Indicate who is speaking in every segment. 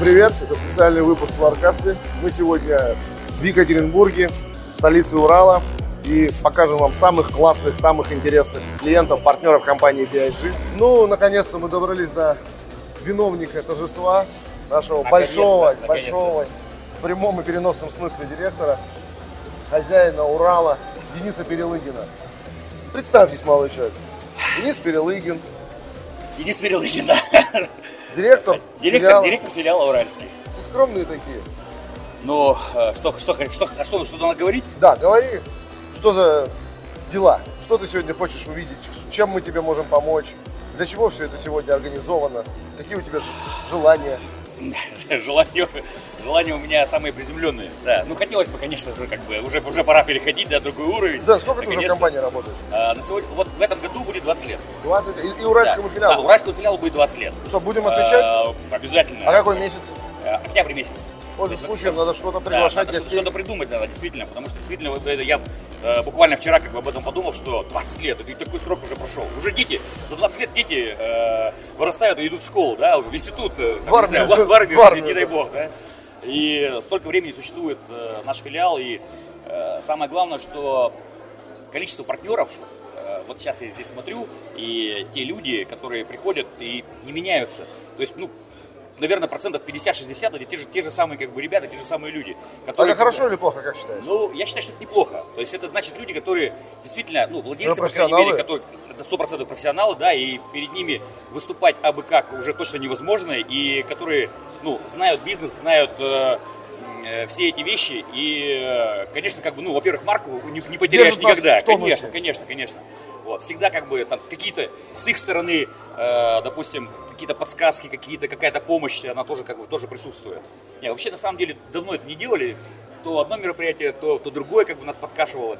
Speaker 1: привет! Это специальный выпуск Ларкасты. Мы сегодня в Екатеринбурге, столице Урала, и покажем вам самых классных, самых интересных клиентов, партнеров компании BIG. Ну, наконец-то мы добрались до виновника торжества, нашего большого,
Speaker 2: наконец-то.
Speaker 1: большого, в прямом и переносном смысле директора, хозяина Урала Дениса Перелыгина. Представьтесь, молодой человек. Денис Перелыгин,
Speaker 2: Денис Перелыгин, да.
Speaker 1: директор,
Speaker 2: Директор,
Speaker 1: филиала.
Speaker 2: директор филиала Уральский.
Speaker 1: Все скромные такие.
Speaker 2: Ну, э, что, что, что, а что, что надо говорить?
Speaker 1: Да, говори, что за дела, что ты сегодня хочешь увидеть, чем мы тебе можем помочь, для чего все это сегодня организовано, какие у тебя ж- желания.
Speaker 2: Желания, желания у меня самые приземленные, да. Ну, хотелось бы, конечно же, как бы, уже, уже пора переходить, да, другой уровень.
Speaker 1: Да, сколько ты уже в
Speaker 2: Наконец-то.
Speaker 1: компании работаешь?
Speaker 2: А, на сегодня, вот в этом году будет 20 лет.
Speaker 1: 20 и, и уральскому
Speaker 2: да, Да,
Speaker 1: филиалу.
Speaker 2: уральскому филиалу будет 20 лет.
Speaker 1: Что, будем отвечать?
Speaker 2: А, обязательно.
Speaker 1: А какой месяц?
Speaker 2: Э, Октябрь месяц.
Speaker 1: Пользуясь
Speaker 2: То есть,
Speaker 1: случаем, надо что-то
Speaker 2: Да,
Speaker 1: приглашать
Speaker 2: надо что-то,
Speaker 1: гостей. А
Speaker 2: что-то придумать надо, действительно, потому что действительно вот это я э, буквально вчера как бы об этом подумал, что 20 лет, и такой срок уже прошел. Уже дети, за 20 лет дети э, вырастают и идут в школу, да, в институт, э, там,
Speaker 1: В армию,
Speaker 2: не знаю, в- в армию,
Speaker 1: в армию,
Speaker 2: не дай
Speaker 1: да.
Speaker 2: бог, да. И столько времени существует э, наш филиал, и э, самое главное, что количество партнеров, э, вот сейчас я здесь смотрю, и те люди, которые приходят и не меняются. То есть, ну, наверное, процентов 50-60 это те же, те же самые как бы ребята, те же самые люди.
Speaker 1: А
Speaker 2: Которые,
Speaker 1: Это хорошо или плохо, как считаешь?
Speaker 2: Ну, я считаю, что это неплохо. То есть это значит люди, которые действительно, ну, владельцы,
Speaker 1: Ну,
Speaker 2: по крайней мере,
Speaker 1: профессионалы.
Speaker 2: которые это 100% профессионалы, да, и перед ними выступать абы как уже точно невозможно, и которые, ну, знают бизнес, знают э, э, все эти вещи, и, э, конечно, как бы, ну, во-первых, марку не, не потеряешь
Speaker 1: Держит нас
Speaker 2: никогда,
Speaker 1: в тонусе.
Speaker 2: конечно, конечно, конечно. Вот, всегда как бы там какие-то с их стороны, э, допустим, какие-то подсказки, какие-то, какая-то помощь, она тоже как бы тоже присутствует. Не, вообще на самом деле давно это не делали. То одно мероприятие, то, то другое как бы нас подкашивало.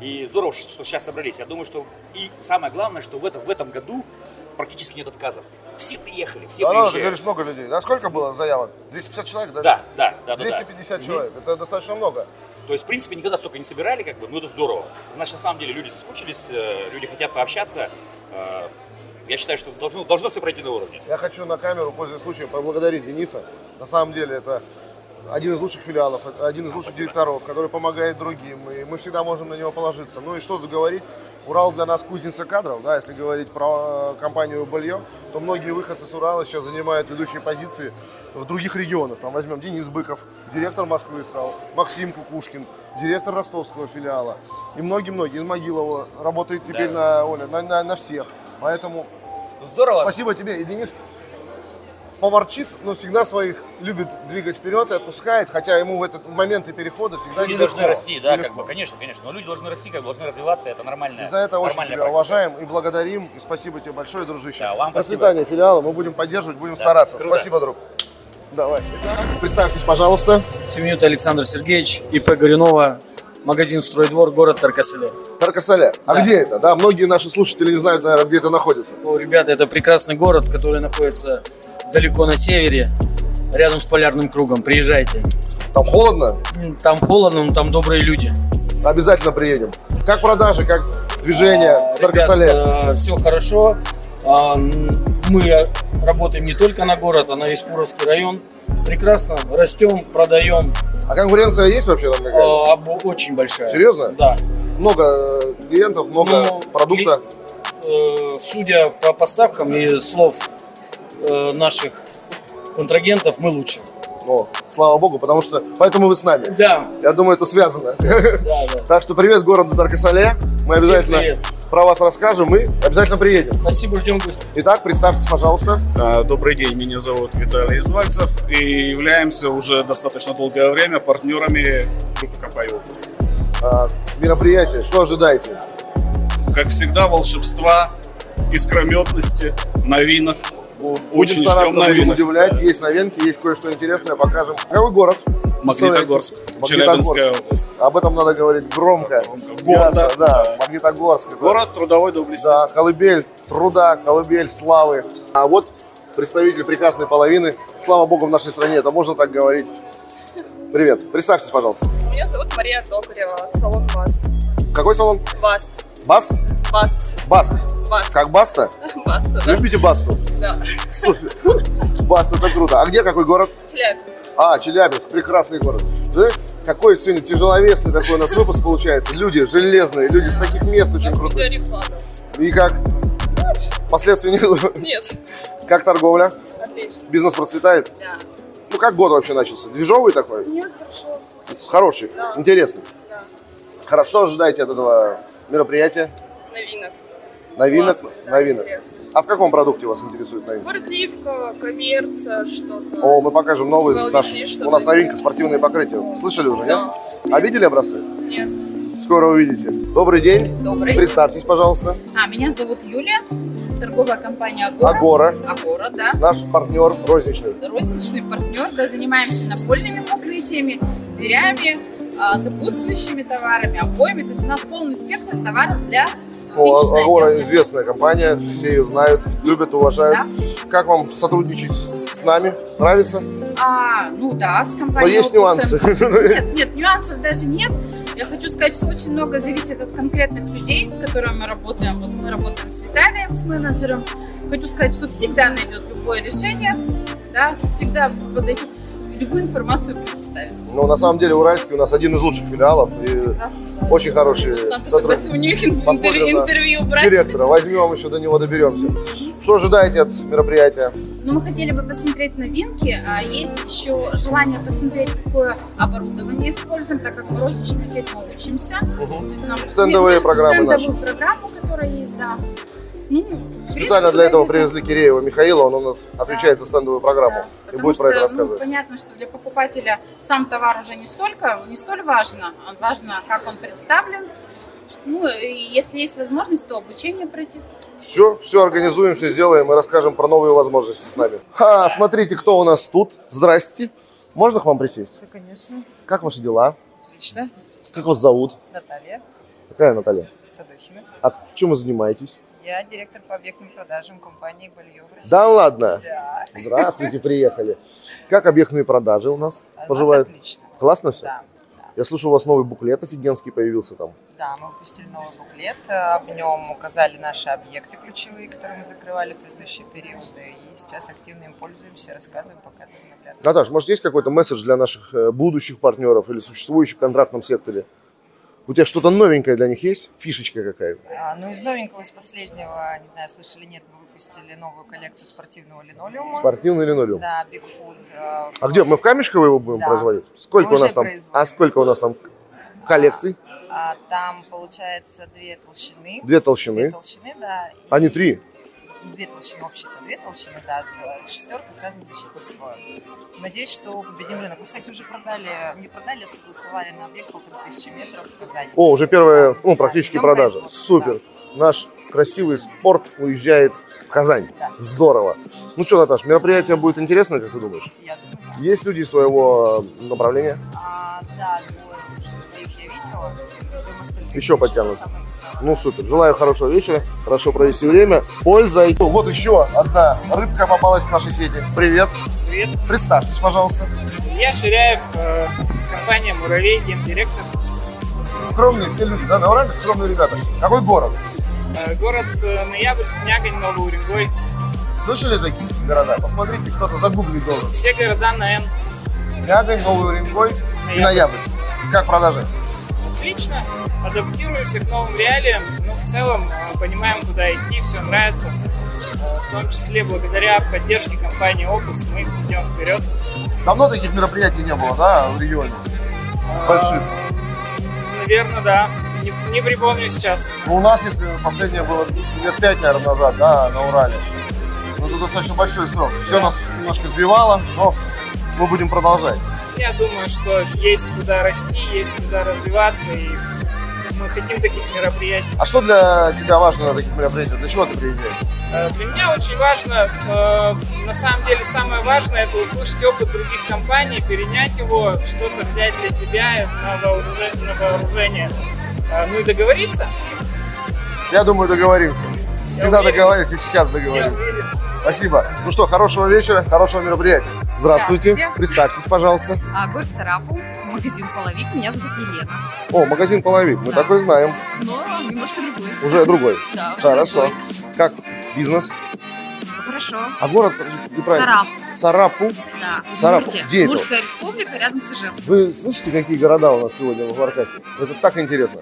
Speaker 2: И здорово, что что сейчас собрались. Я думаю, что и самое главное, что в, это, в этом году практически нет отказов. Все приехали, все
Speaker 1: Да, ты
Speaker 2: приезжают.
Speaker 1: говоришь, много людей. Да, сколько было заявок? 250 человек, да?
Speaker 2: э, Да, да, да, да, да.
Speaker 1: 250 человек. Это достаточно много.
Speaker 2: То есть, в принципе, никогда столько не собирали, как бы, но это здорово. Значит, на самом деле люди соскучились, э, люди хотят пообщаться. Э, Я считаю, что должно, должно все пройти на уровне.
Speaker 1: Я хочу на камеру, пользуясь случаем, поблагодарить Дениса. На самом деле это один из лучших филиалов, это один из лучших директоров, который помогает другим, и мы всегда можем на него положиться. Ну и что тут говорить, Урал для нас кузница кадров, да, если говорить про э, компанию Балье, то многие выходцы с Урала сейчас занимают ведущие позиции в других регионах. Там возьмем Денис Быков, директор Москвы стал, Максим Кукушкин, директор ростовского филиала. И многие-многие из Могилова работает теперь на, Оля, на, на- на всех. Поэтому
Speaker 2: Ну, Здорово.
Speaker 1: Спасибо тебе. И Денис поворчит, но всегда своих любит двигать вперед и отпускает, хотя ему в этот момент и перехода всегда
Speaker 2: Люди
Speaker 1: нелегко.
Speaker 2: должны расти, да,
Speaker 1: Нелегко.
Speaker 2: как бы, конечно, конечно. Но люди должны расти, как бы, должны развиваться, это нормально.
Speaker 1: И за это очень тебя
Speaker 2: нормальная практика.
Speaker 1: уважаем и благодарим. И спасибо тебе большое, дружище.
Speaker 2: Да, вам спасибо.
Speaker 1: Процветание филиала. Мы будем поддерживать, будем стараться.
Speaker 2: круто.
Speaker 1: Спасибо, друг. Давай. Итак, представьтесь, пожалуйста.
Speaker 3: Семенюта Александр Сергеевич, ИП Горюнова, магазин «Стройдвор», город Таркасале.
Speaker 1: Таркасаля. А где это? Да, многие наши слушатели не знают, наверное, где это находится.
Speaker 3: О, ребята, это прекрасный город, который находится далеко на севере, рядом с полярным кругом. Приезжайте.
Speaker 1: Там холодно?
Speaker 3: М, Там холодно, но там добрые люди.
Speaker 1: Обязательно приедем. Как продажи, как
Speaker 2: А,
Speaker 1: движение в Таркасале?
Speaker 3: все э, хорошо. А, м, Мы работаем не только на город, а на весь Куровский район. Прекрасно. Растем, продаем.
Speaker 1: А конкуренция есть вообще там какая-то?
Speaker 3: А, обо- Очень большая.
Speaker 1: Серьезно?
Speaker 3: Да.
Speaker 1: много э, клиентов, много
Speaker 3: Ну,
Speaker 1: продукта.
Speaker 3: э, судя по поставкам и слов э, наших контрагентов, мы лучше.
Speaker 1: О, слава богу, потому что поэтому вы с нами.
Speaker 3: Да,
Speaker 1: Я думаю, это связано.
Speaker 3: да, да.
Speaker 1: Так что привет городу Даркасале. Мы
Speaker 3: Всем
Speaker 1: обязательно
Speaker 3: привет.
Speaker 1: про вас расскажем и обязательно приедем.
Speaker 3: Спасибо, ждем гостей.
Speaker 1: Итак, представьтесь, пожалуйста.
Speaker 4: А, Добрый день, меня зовут Виталий Извальцев и являемся уже достаточно долгое время партнерами группы «Копай область».
Speaker 1: э, Мероприятие, что ожидаете?
Speaker 4: Как всегда, волшебства, искрометности, новинок. Очень
Speaker 1: будем стараться,
Speaker 4: ждем
Speaker 1: будем
Speaker 4: новинок.
Speaker 1: удивлять. Есть новинки, есть кое-что интересное, покажем. Какой город?
Speaker 4: Магнитогорск,
Speaker 1: Представляете?
Speaker 4: Челябинская
Speaker 1: Магнитогорск.
Speaker 4: область.
Speaker 1: Об этом надо говорить громко.
Speaker 4: Громко.
Speaker 1: Ясно,
Speaker 4: Гордо,
Speaker 1: да.
Speaker 4: да.
Speaker 1: Магнитогорск. это-
Speaker 4: Город трудовой доблести.
Speaker 1: Да, колыбель труда, колыбель славы. А вот представитель прекрасной половины. Слава богу, в нашей стране это можно так говорить. Привет. Представьтесь, пожалуйста.
Speaker 5: Меня зовут Мария Токарева, салон ВАСТ.
Speaker 1: Какой салон?
Speaker 5: ВАСТ.
Speaker 1: Бас?
Speaker 5: Баст.
Speaker 1: Баст.
Speaker 5: Баст.
Speaker 1: Как Баста?
Speaker 5: Баста, да.
Speaker 1: Любите Басту?
Speaker 5: да.
Speaker 1: Супер. Баста, это круто. А где какой город?
Speaker 5: Челябинск.
Speaker 1: А, Челябинск, прекрасный город. Да? Какой сегодня тяжеловесный такой у нас выпуск получается. Люди железные, люди с таких мест
Speaker 5: У
Speaker 1: очень
Speaker 5: нас
Speaker 1: крутые.
Speaker 5: видеореклама.
Speaker 1: И как? Последствий не было.
Speaker 5: Нет.
Speaker 1: Как торговля?
Speaker 5: Отлично.
Speaker 1: Бизнес процветает?
Speaker 5: Да.
Speaker 1: Ну, как год вообще начался? Движовый такой?
Speaker 5: Нет, хорошо.
Speaker 1: Хороший, интересный.
Speaker 5: Да.
Speaker 1: Хорошо, что ожидаете от этого мероприятия?
Speaker 5: Новинок.
Speaker 1: Новинок?
Speaker 5: Классно, да,
Speaker 1: новинок.
Speaker 5: интересно.
Speaker 1: А в каком продукте вас интересует новинка?
Speaker 5: Спортивка, коммерция, что-то.
Speaker 1: О, мы покажем новый
Speaker 5: Well,
Speaker 1: наш.
Speaker 5: видишь, что
Speaker 1: У нас
Speaker 5: такое?
Speaker 1: новинка спортивные покрытия. Слышали уже, нет?
Speaker 5: Да.
Speaker 1: А видели образцы?
Speaker 5: Нет.
Speaker 1: Скоро увидите. Добрый день.
Speaker 6: Добрый.
Speaker 1: Представьтесь, пожалуйста.
Speaker 6: А, меня зовут Юлия, торговая компания Агора.
Speaker 1: Агора,
Speaker 6: Агора, да.
Speaker 1: наш партнер розничный.
Speaker 6: Розничный партнер, да, занимаемся напольными покрытиями, дверями, а, сопутствующими товарами, обоями. То есть у нас полный спектр товаров для
Speaker 1: Ну,
Speaker 6: финишной
Speaker 1: Агора
Speaker 6: отделки.
Speaker 1: известная компания, все ее знают, любят, уважают. Как вам сотрудничать с нами? Нравится?
Speaker 6: А, ну да, с компанией.
Speaker 1: Но есть
Speaker 6: «Лукусем».
Speaker 1: нюансы.
Speaker 6: Нет, нет, нюансов даже нет. Я хочу сказать, что очень много зависит от конкретных людей, с которыми мы работаем. Вот мы работаем с Виталием, с менеджером. Хочу сказать, что всегда найдет любое решение, да, всегда подойдет, любую информацию предоставит.
Speaker 1: Но Ну, на самом деле Уральский у нас один из лучших филиалов и
Speaker 6: Раз,
Speaker 1: очень хорошие
Speaker 6: Надо тогда
Speaker 1: сотрудники.
Speaker 6: у них интервью,
Speaker 1: Посмотрим, да.
Speaker 6: интервью брать.
Speaker 1: Директора, возьмем еще до него доберемся. Что ожидаете от мероприятия?
Speaker 6: Но Ну, мы хотели бы посмотреть новинки. А Есть еще желание посмотреть, какое оборудование используем, так как в розничной сеть мы учимся. То есть нам-
Speaker 1: Стендовые
Speaker 6: Нет,
Speaker 1: программы
Speaker 6: Стендовую программу, которая есть, да. Ну, в принципе,
Speaker 1: Специально для этого
Speaker 6: наверное,
Speaker 1: привезли Киреева Михаила, он у нас отвечает за стендовую программу
Speaker 6: да.
Speaker 1: и
Speaker 6: Потому
Speaker 1: будет про это
Speaker 6: что, Ну,
Speaker 1: рассказывать.
Speaker 6: понятно, что для покупателя сам товар уже не столько, не столь важно, а важно, как он представлен. Ну, и если есть возможность, то обучение пройти.
Speaker 1: Все, все организуем, все сделаем и расскажем про новые возможности с нами. Ха, смотрите, кто у нас тут. Здрасте. Можно к вам присесть?
Speaker 7: Да, конечно.
Speaker 1: Как ваши дела?
Speaker 7: Отлично.
Speaker 1: Как вас зовут?
Speaker 7: Наталья
Speaker 1: Какая Наталья?
Speaker 7: Садухина.
Speaker 1: А чем вы занимаетесь?
Speaker 7: Я директор по объектным продажам компании «Белье» в России.
Speaker 1: Да ладно.
Speaker 7: Да.
Speaker 1: Здравствуйте, приехали. Как объектные продажи у нас
Speaker 7: А у нас
Speaker 1: поживают?
Speaker 7: отлично.
Speaker 1: Классно все?
Speaker 7: Да, да.
Speaker 1: Я слышал, у вас новый буклет офигенский появился там.
Speaker 7: Да, мы выпустили новый буклет, а, в нем указали наши объекты ключевые, которые мы закрывали в предыдущие периоды, и сейчас активно им пользуемся, рассказываем, показываем наглядно.
Speaker 1: Наташ, может, есть какой-то месседж для наших э, будущих партнеров или существующих в контрактном секторе? У тебя что-то новенькое для них есть? Фишечка какая-то?
Speaker 7: А, Ну, из новенького, из последнего, не знаю, слышали, нет, мы выпустили новую коллекцию спортивного линолеума.
Speaker 1: Спортивный линолеум.
Speaker 7: Да, э, Бигфуд.
Speaker 1: А где? Мы в Камешково его будем
Speaker 7: Да.
Speaker 1: производить? Сколько
Speaker 7: Мы
Speaker 1: у нас
Speaker 7: уже
Speaker 1: там?
Speaker 7: производим.
Speaker 1: А сколько у нас там коллекций?
Speaker 7: А, Там, получается, две толщины.
Speaker 1: Две толщины.
Speaker 7: Две толщины, да. и-
Speaker 1: А не три.
Speaker 7: Две толщины общие, две толщины, да, шестерка с разным толщиной слоя. Надеюсь, что победим рынок. Мы, кстати, уже продали, не продали, а согласовали на объект полторы тысячи метров в Казани.
Speaker 1: О, уже первая, ну, практически
Speaker 7: Ждем
Speaker 1: продажа.
Speaker 7: производства,
Speaker 1: Супер. Наш красивый спорт уезжает в Казань.
Speaker 7: Да.
Speaker 1: Здорово. Ну что, Наташ, мероприятие будет интересно, как ты думаешь?
Speaker 7: Я думаю, да.
Speaker 1: Есть люди из твоего э, направления?
Speaker 7: А, да, двое уже, двоих я видела, ждем остальных.
Speaker 1: Еще подтянут.
Speaker 7: Что самое начало.
Speaker 1: Ну, супер. Желаю хорошего вечера, хорошо провести время, с пользой. Ну, Вот еще одна рыбка попалась в нашей сети. Привет.
Speaker 8: Привет,
Speaker 1: Представьтесь, пожалуйста.
Speaker 8: я Ширяев, э, компания «Муравей», гендиректор.
Speaker 1: Скромные все люди, да, на Урале скромные ребята. Какой город?
Speaker 8: Э, Город э, Ноябрьск, Нягань, Новый Уренгой.
Speaker 1: Слышали такие города? Посмотрите, кто-то загуглить должен.
Speaker 8: Все города на «Н».
Speaker 1: Нягань, Новый Уренгой и
Speaker 8: Ноябрьск.
Speaker 1: Ноябрьск. Как продажи?
Speaker 8: Отлично, адаптируемся к новым реалиям, но в целом э, понимаем, куда идти, все нравится. Э, В том числе благодаря поддержке компании «Опус» мы идем вперед.
Speaker 1: Давно таких мероприятий не было, да, в регионе? Больших.
Speaker 8: Наверное, Ну, да. Не, не припомню сейчас.
Speaker 1: Ну, у нас, если последнее было лет пять, наверное, назад, да, на Урале. Ну, это достаточно большой срок. Все нас немножко сбивало, но мы будем продолжать.
Speaker 8: Я думаю, что есть куда расти, есть куда развиваться, и мы хотим таких мероприятий.
Speaker 1: А что для тебя важно на таких мероприятиях? Для чего ты приезжаешь?
Speaker 8: Э, Для меня очень важно, э, на самом деле самое важное, это услышать опыт других компаний, перенять его, что-то взять для себя на вооружение, на вооружение. Э, ну и договориться.
Speaker 1: Я думаю, договоримся. Всегда
Speaker 8: уверен.
Speaker 1: договоримся, и сейчас
Speaker 8: Я
Speaker 1: договоримся.
Speaker 8: уверен.
Speaker 1: Спасибо. Ну что, хорошего вечера, хорошего мероприятия. Здравствуйте.
Speaker 9: Здравствуйте.
Speaker 1: Представьтесь, пожалуйста.
Speaker 9: А, город Сарапул, магазин «Половик», меня зовут Елена.
Speaker 1: О, магазин «Половик», мы такой знаем.
Speaker 9: Но немножко другой.
Speaker 1: Уже другой.
Speaker 6: Да, уже
Speaker 1: Хорошо.
Speaker 6: другой.
Speaker 1: Как бизнес?
Speaker 6: Все хорошо.
Speaker 1: А город, подожди, неправильно.
Speaker 6: Сарап,
Speaker 1: Царапу.
Speaker 6: да.
Speaker 1: Сарапул.
Speaker 6: Удмуртия.
Speaker 1: Где это?
Speaker 6: Мурская республика рядом с Ижевском.
Speaker 1: Вы слышите, какие города у нас сегодня в Аркасе? Это так интересно.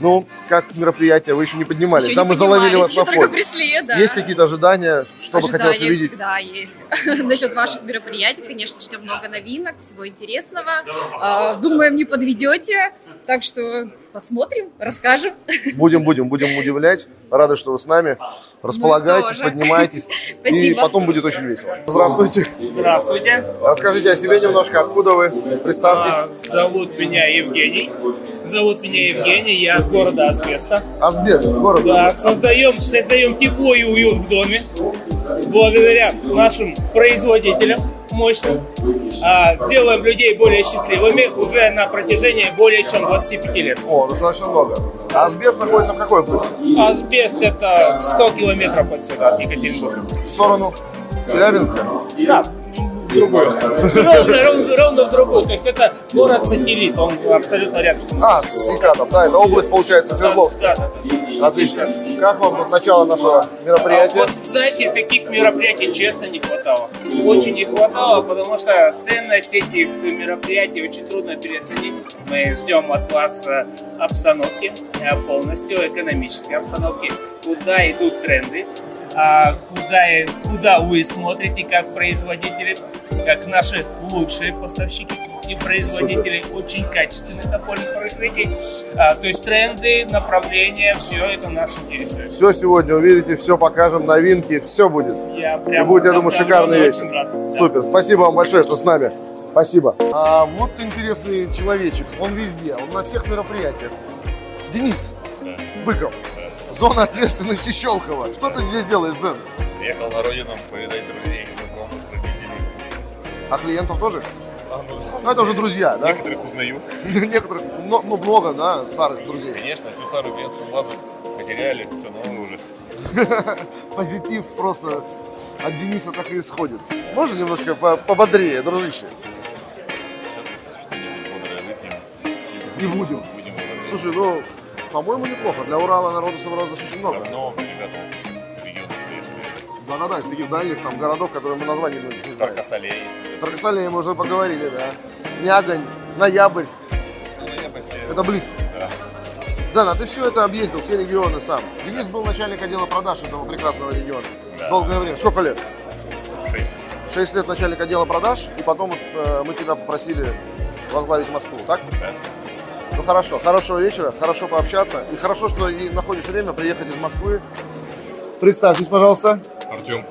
Speaker 1: Ну, как мероприятие, вы еще не поднимались,
Speaker 6: Ещё
Speaker 1: да,
Speaker 6: не
Speaker 1: мы заловили
Speaker 6: поднимались,
Speaker 1: вас на
Speaker 6: ещё только
Speaker 1: фоне.
Speaker 6: пришли, да.
Speaker 1: Есть какие-то ожидания, что бы хотелось
Speaker 6: Ожидания
Speaker 1: увидеть?
Speaker 6: всегда есть. Насчет ваших мероприятий, конечно, ждем много новинок, всего интересного. А, Думаем, не подведете. Так что посмотрим, расскажем.
Speaker 1: Будем, будем, будем удивлять. Рады, что вы с нами. Располагайтесь,
Speaker 6: Ну, тоже.
Speaker 1: поднимайтесь. И
Speaker 6: Спасибо.
Speaker 1: потом будет очень весело. Здравствуйте.
Speaker 2: Здравствуйте,
Speaker 1: Расскажите о себе немножко, откуда вы?
Speaker 2: А,
Speaker 1: Представьтесь.
Speaker 2: зовут меня Евгений. Зовут меня Евгений, я с города Асбеста.
Speaker 1: Асбест, город.
Speaker 2: Да, создаем, создаем тепло и уют в доме благодаря нашим производителям мощным. А, делаем людей более счастливыми уже на протяжении более чем 25 лет.
Speaker 1: О, достаточно много. А Асбест находится в какой области?
Speaker 2: Асбест это 100 километров отсюда, от Екатеринбурга.
Speaker 1: В сторону Челябинска?
Speaker 2: Да, в другую. Ровно, ровно, ровно в другую. То есть это город-сателлит, он абсолютно рядом.
Speaker 1: А, с Сикатом, да, это область, получается, Свердловск.
Speaker 2: Да, да, да.
Speaker 1: Отлично. Как вам вот начало нашего мероприятия?
Speaker 2: Вот, знаете, таких мероприятий честно не хватало. Очень не хватало, потому что ценность этих мероприятий очень трудно переоценить. Мы ждем от вас э, обстановки, э, полностью экономической обстановки, куда идут тренды, а, куда, и- куда вы смотрите как производители, как наши лучшие поставщики и производители очень качественных напольных покрытий. А, то есть тренды, направления, все это нас интересует.
Speaker 1: Все сегодня увидите, все покажем, новинки, все будет.
Speaker 2: Я
Speaker 1: И
Speaker 2: прям
Speaker 1: Ну, будет, я думаю,
Speaker 2: вдохновлен,
Speaker 1: шикарный вечер.
Speaker 2: очень рад. Да.
Speaker 1: Супер. Спасибо вам большое, что с нами. Спасибо. А, вот интересный человечек. Он везде, он на всех мероприятиях. Денис Быков. Зона ответственности Щелкова. Что ты здесь делаешь, Дэн?
Speaker 10: Ехал на родину повидать друзей, знакомых, родителей.
Speaker 1: А клиентов тоже?
Speaker 10: А, ну,
Speaker 1: Ну, это уже друзья, да?
Speaker 10: Некоторых узнаю.
Speaker 1: Некоторых, мно- ну, много, да, старых друзей.
Speaker 10: Конечно, всю старую клиентскую базу потеряли, все новое уже.
Speaker 1: Позитив просто от Дениса так и исходит. Можно немножко по- пободрее, дружище?
Speaker 10: Сейчас что-нибудь бодрое выпьем.
Speaker 1: И будем.
Speaker 10: Будем выражать.
Speaker 1: Слушай, ну, по-моему, неплохо. Для Урала народу собралось достаточно много.
Speaker 10: Давно ребята вот совсем с региона приехали.
Speaker 1: Да-да-да, из таких дальних там городов, которые мы название не знаем.
Speaker 10: Каркасале есть.
Speaker 1: Таркасале мы уже поговорили, да. Нягонь, Ноябрьск,
Speaker 10: Ну,
Speaker 1: это близко.
Speaker 10: Да.
Speaker 1: Да, да, ты все это объездил, все регионы сам. Денис был начальник отдела продаж этого прекрасного региона.
Speaker 10: Да.
Speaker 1: Долгое время. Сколько лет?
Speaker 10: Шесть.
Speaker 1: Шесть лет начальник отдела продаж, и потом вот, э, мы тебя попросили возглавить Москву, так?
Speaker 10: Да.
Speaker 1: Ну хорошо, хорошего вечера, хорошо пообщаться. И хорошо, что и находишь время приехать из Москвы. Представьтесь, пожалуйста.
Speaker 11: Артем.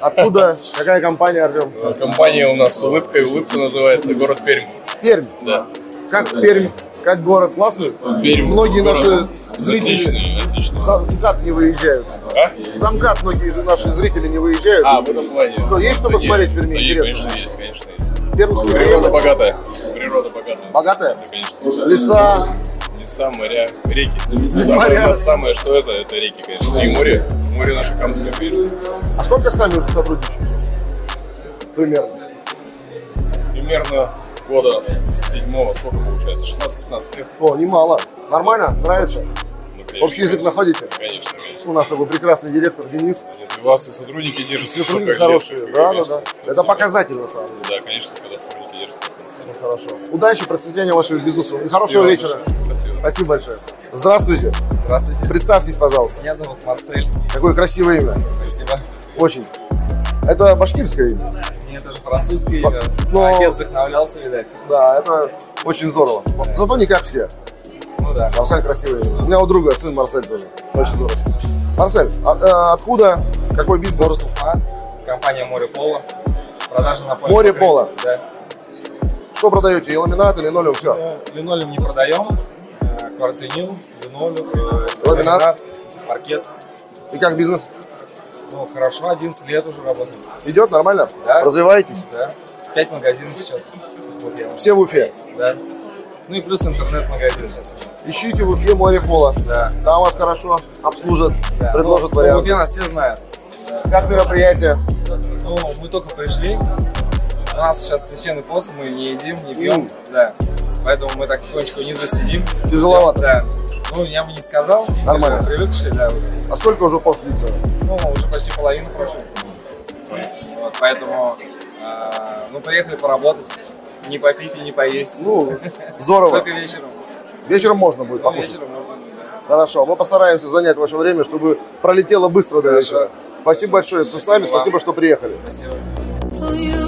Speaker 1: Откуда? Какая компания, Артем?
Speaker 11: Компания у нас с улыбкой. Улыбка называется город Пермь.
Speaker 1: Пермь.
Speaker 11: Да.
Speaker 1: Как Пермь? Как город классный?
Speaker 11: Пермь.
Speaker 1: Многие наши
Speaker 11: Город
Speaker 1: зрители
Speaker 11: Отличный, отличный.
Speaker 1: за МКАД не выезжают.
Speaker 11: А?
Speaker 1: Замкат многие же наши зрители не выезжают.
Speaker 11: А, в этом плане.
Speaker 1: Что, Ну, есть что
Speaker 11: Такие-
Speaker 1: посмотреть в Перми
Speaker 10: ну,
Speaker 11: такие,
Speaker 1: интересного?
Speaker 11: Конечно, есть, конечно, есть.
Speaker 1: Пермский
Speaker 11: Природа
Speaker 1: регион
Speaker 11: богатая. Природа богатая.
Speaker 1: богатая.
Speaker 11: Конечно.
Speaker 1: Леса,
Speaker 11: Леса, моря, реки. Самое,
Speaker 1: моря.
Speaker 11: самое, что это, это реки, конечно. И море. Море наше Камское, конечно.
Speaker 1: А сколько с нами уже сотрудничают? Примерно.
Speaker 11: Примерно года с седьмого, сколько получается? 16-15 лет.
Speaker 1: О, немало. Нормально? Нравится?
Speaker 11: Ну, конечно,
Speaker 1: Общий язык
Speaker 11: конечно.
Speaker 1: находите?
Speaker 11: Конечно, конечно.
Speaker 1: У нас такой прекрасный директор Денис.
Speaker 11: Нет, и вас и сотрудники держатся.
Speaker 1: Сотрудники
Speaker 11: столько лет,
Speaker 1: хорошие.
Speaker 11: как
Speaker 1: Да, да,
Speaker 11: говорится.
Speaker 1: да. Это показатель на самом деле.
Speaker 11: Да, конечно, когда сотрудники держатся. в конце.
Speaker 1: Хорошо. Удачи, процветания вашего бизнеса. И хорошего
Speaker 11: Всего
Speaker 1: вечера.
Speaker 11: хорошего. Спасибо.
Speaker 1: Спасибо большое. Здравствуйте.
Speaker 2: Здравствуйте,
Speaker 1: Представьтесь, пожалуйста.
Speaker 2: меня зовут Марсель.
Speaker 1: Какое красивое имя.
Speaker 2: Спасибо.
Speaker 1: Очень. Это башкирское имя.
Speaker 2: Нет, это французский.
Speaker 1: Ба-
Speaker 3: Ну,
Speaker 1: но-
Speaker 2: э, Отец вдохновлялся, видать.
Speaker 1: Да, это очень здорово. Зато не как все.
Speaker 2: Ну да.
Speaker 1: Марсель красивый. У меня у друга сын Марсель тоже. Очень здорово. Марсель, а- э, откуда? Какой бизнес?
Speaker 2: Уфа, компания Море Пола. Продажа на поле.
Speaker 1: Море
Speaker 2: покрытия.
Speaker 1: Пола.
Speaker 2: Да.
Speaker 1: Что продаете? И ламинат, и линолеум, все.
Speaker 2: Ну, Линолеум не продаем. э, Кварцвинил, линолеум, э,
Speaker 1: Ламинат.
Speaker 2: паркет.
Speaker 1: И как бизнес?
Speaker 2: Ну, хорошо, 11 лет уже работаем.
Speaker 1: Идет нормально?
Speaker 2: Да.
Speaker 1: Развиваетесь?
Speaker 2: Да. 5 магазинов сейчас. в Уфе у нас.
Speaker 1: Все в Уфе.
Speaker 2: Да. Ну и плюс интернет-магазин сейчас.
Speaker 1: Ищите в Уфе море фола.
Speaker 2: Да.
Speaker 1: Там вас хорошо обслужат,
Speaker 2: Да.
Speaker 1: предложат
Speaker 2: Ну, В
Speaker 1: вариант.
Speaker 2: Уфе нас все знают.
Speaker 1: Как мероприятие?
Speaker 2: Ну, мы только пришли. У нас сейчас священный пост, мы не едим, не пьем.
Speaker 1: М.
Speaker 2: Да.
Speaker 3: поэтому мы так тихонечко внизу сидим.
Speaker 1: Тяжеловато.
Speaker 3: Да. Ну, я бы не сказал.
Speaker 1: Нормально.
Speaker 3: Мы Привыкшие, да.
Speaker 1: А сколько уже пост длится?
Speaker 3: Ну, уже почти половину прошел. Вот, поэтому, а, ну, приехали поработать, не попить и не поесть.
Speaker 1: Ну, здорово.
Speaker 3: Только вечером.
Speaker 1: Вечером можно будет
Speaker 3: Ну,
Speaker 1: покушать.
Speaker 3: вечером можно.
Speaker 1: Хорошо, мы постараемся занять ваше время, чтобы пролетело быстро до вечера. Спасибо большое, что с нами, спасибо, что приехали.
Speaker 3: Спасибо.
Speaker 6: for you. oh,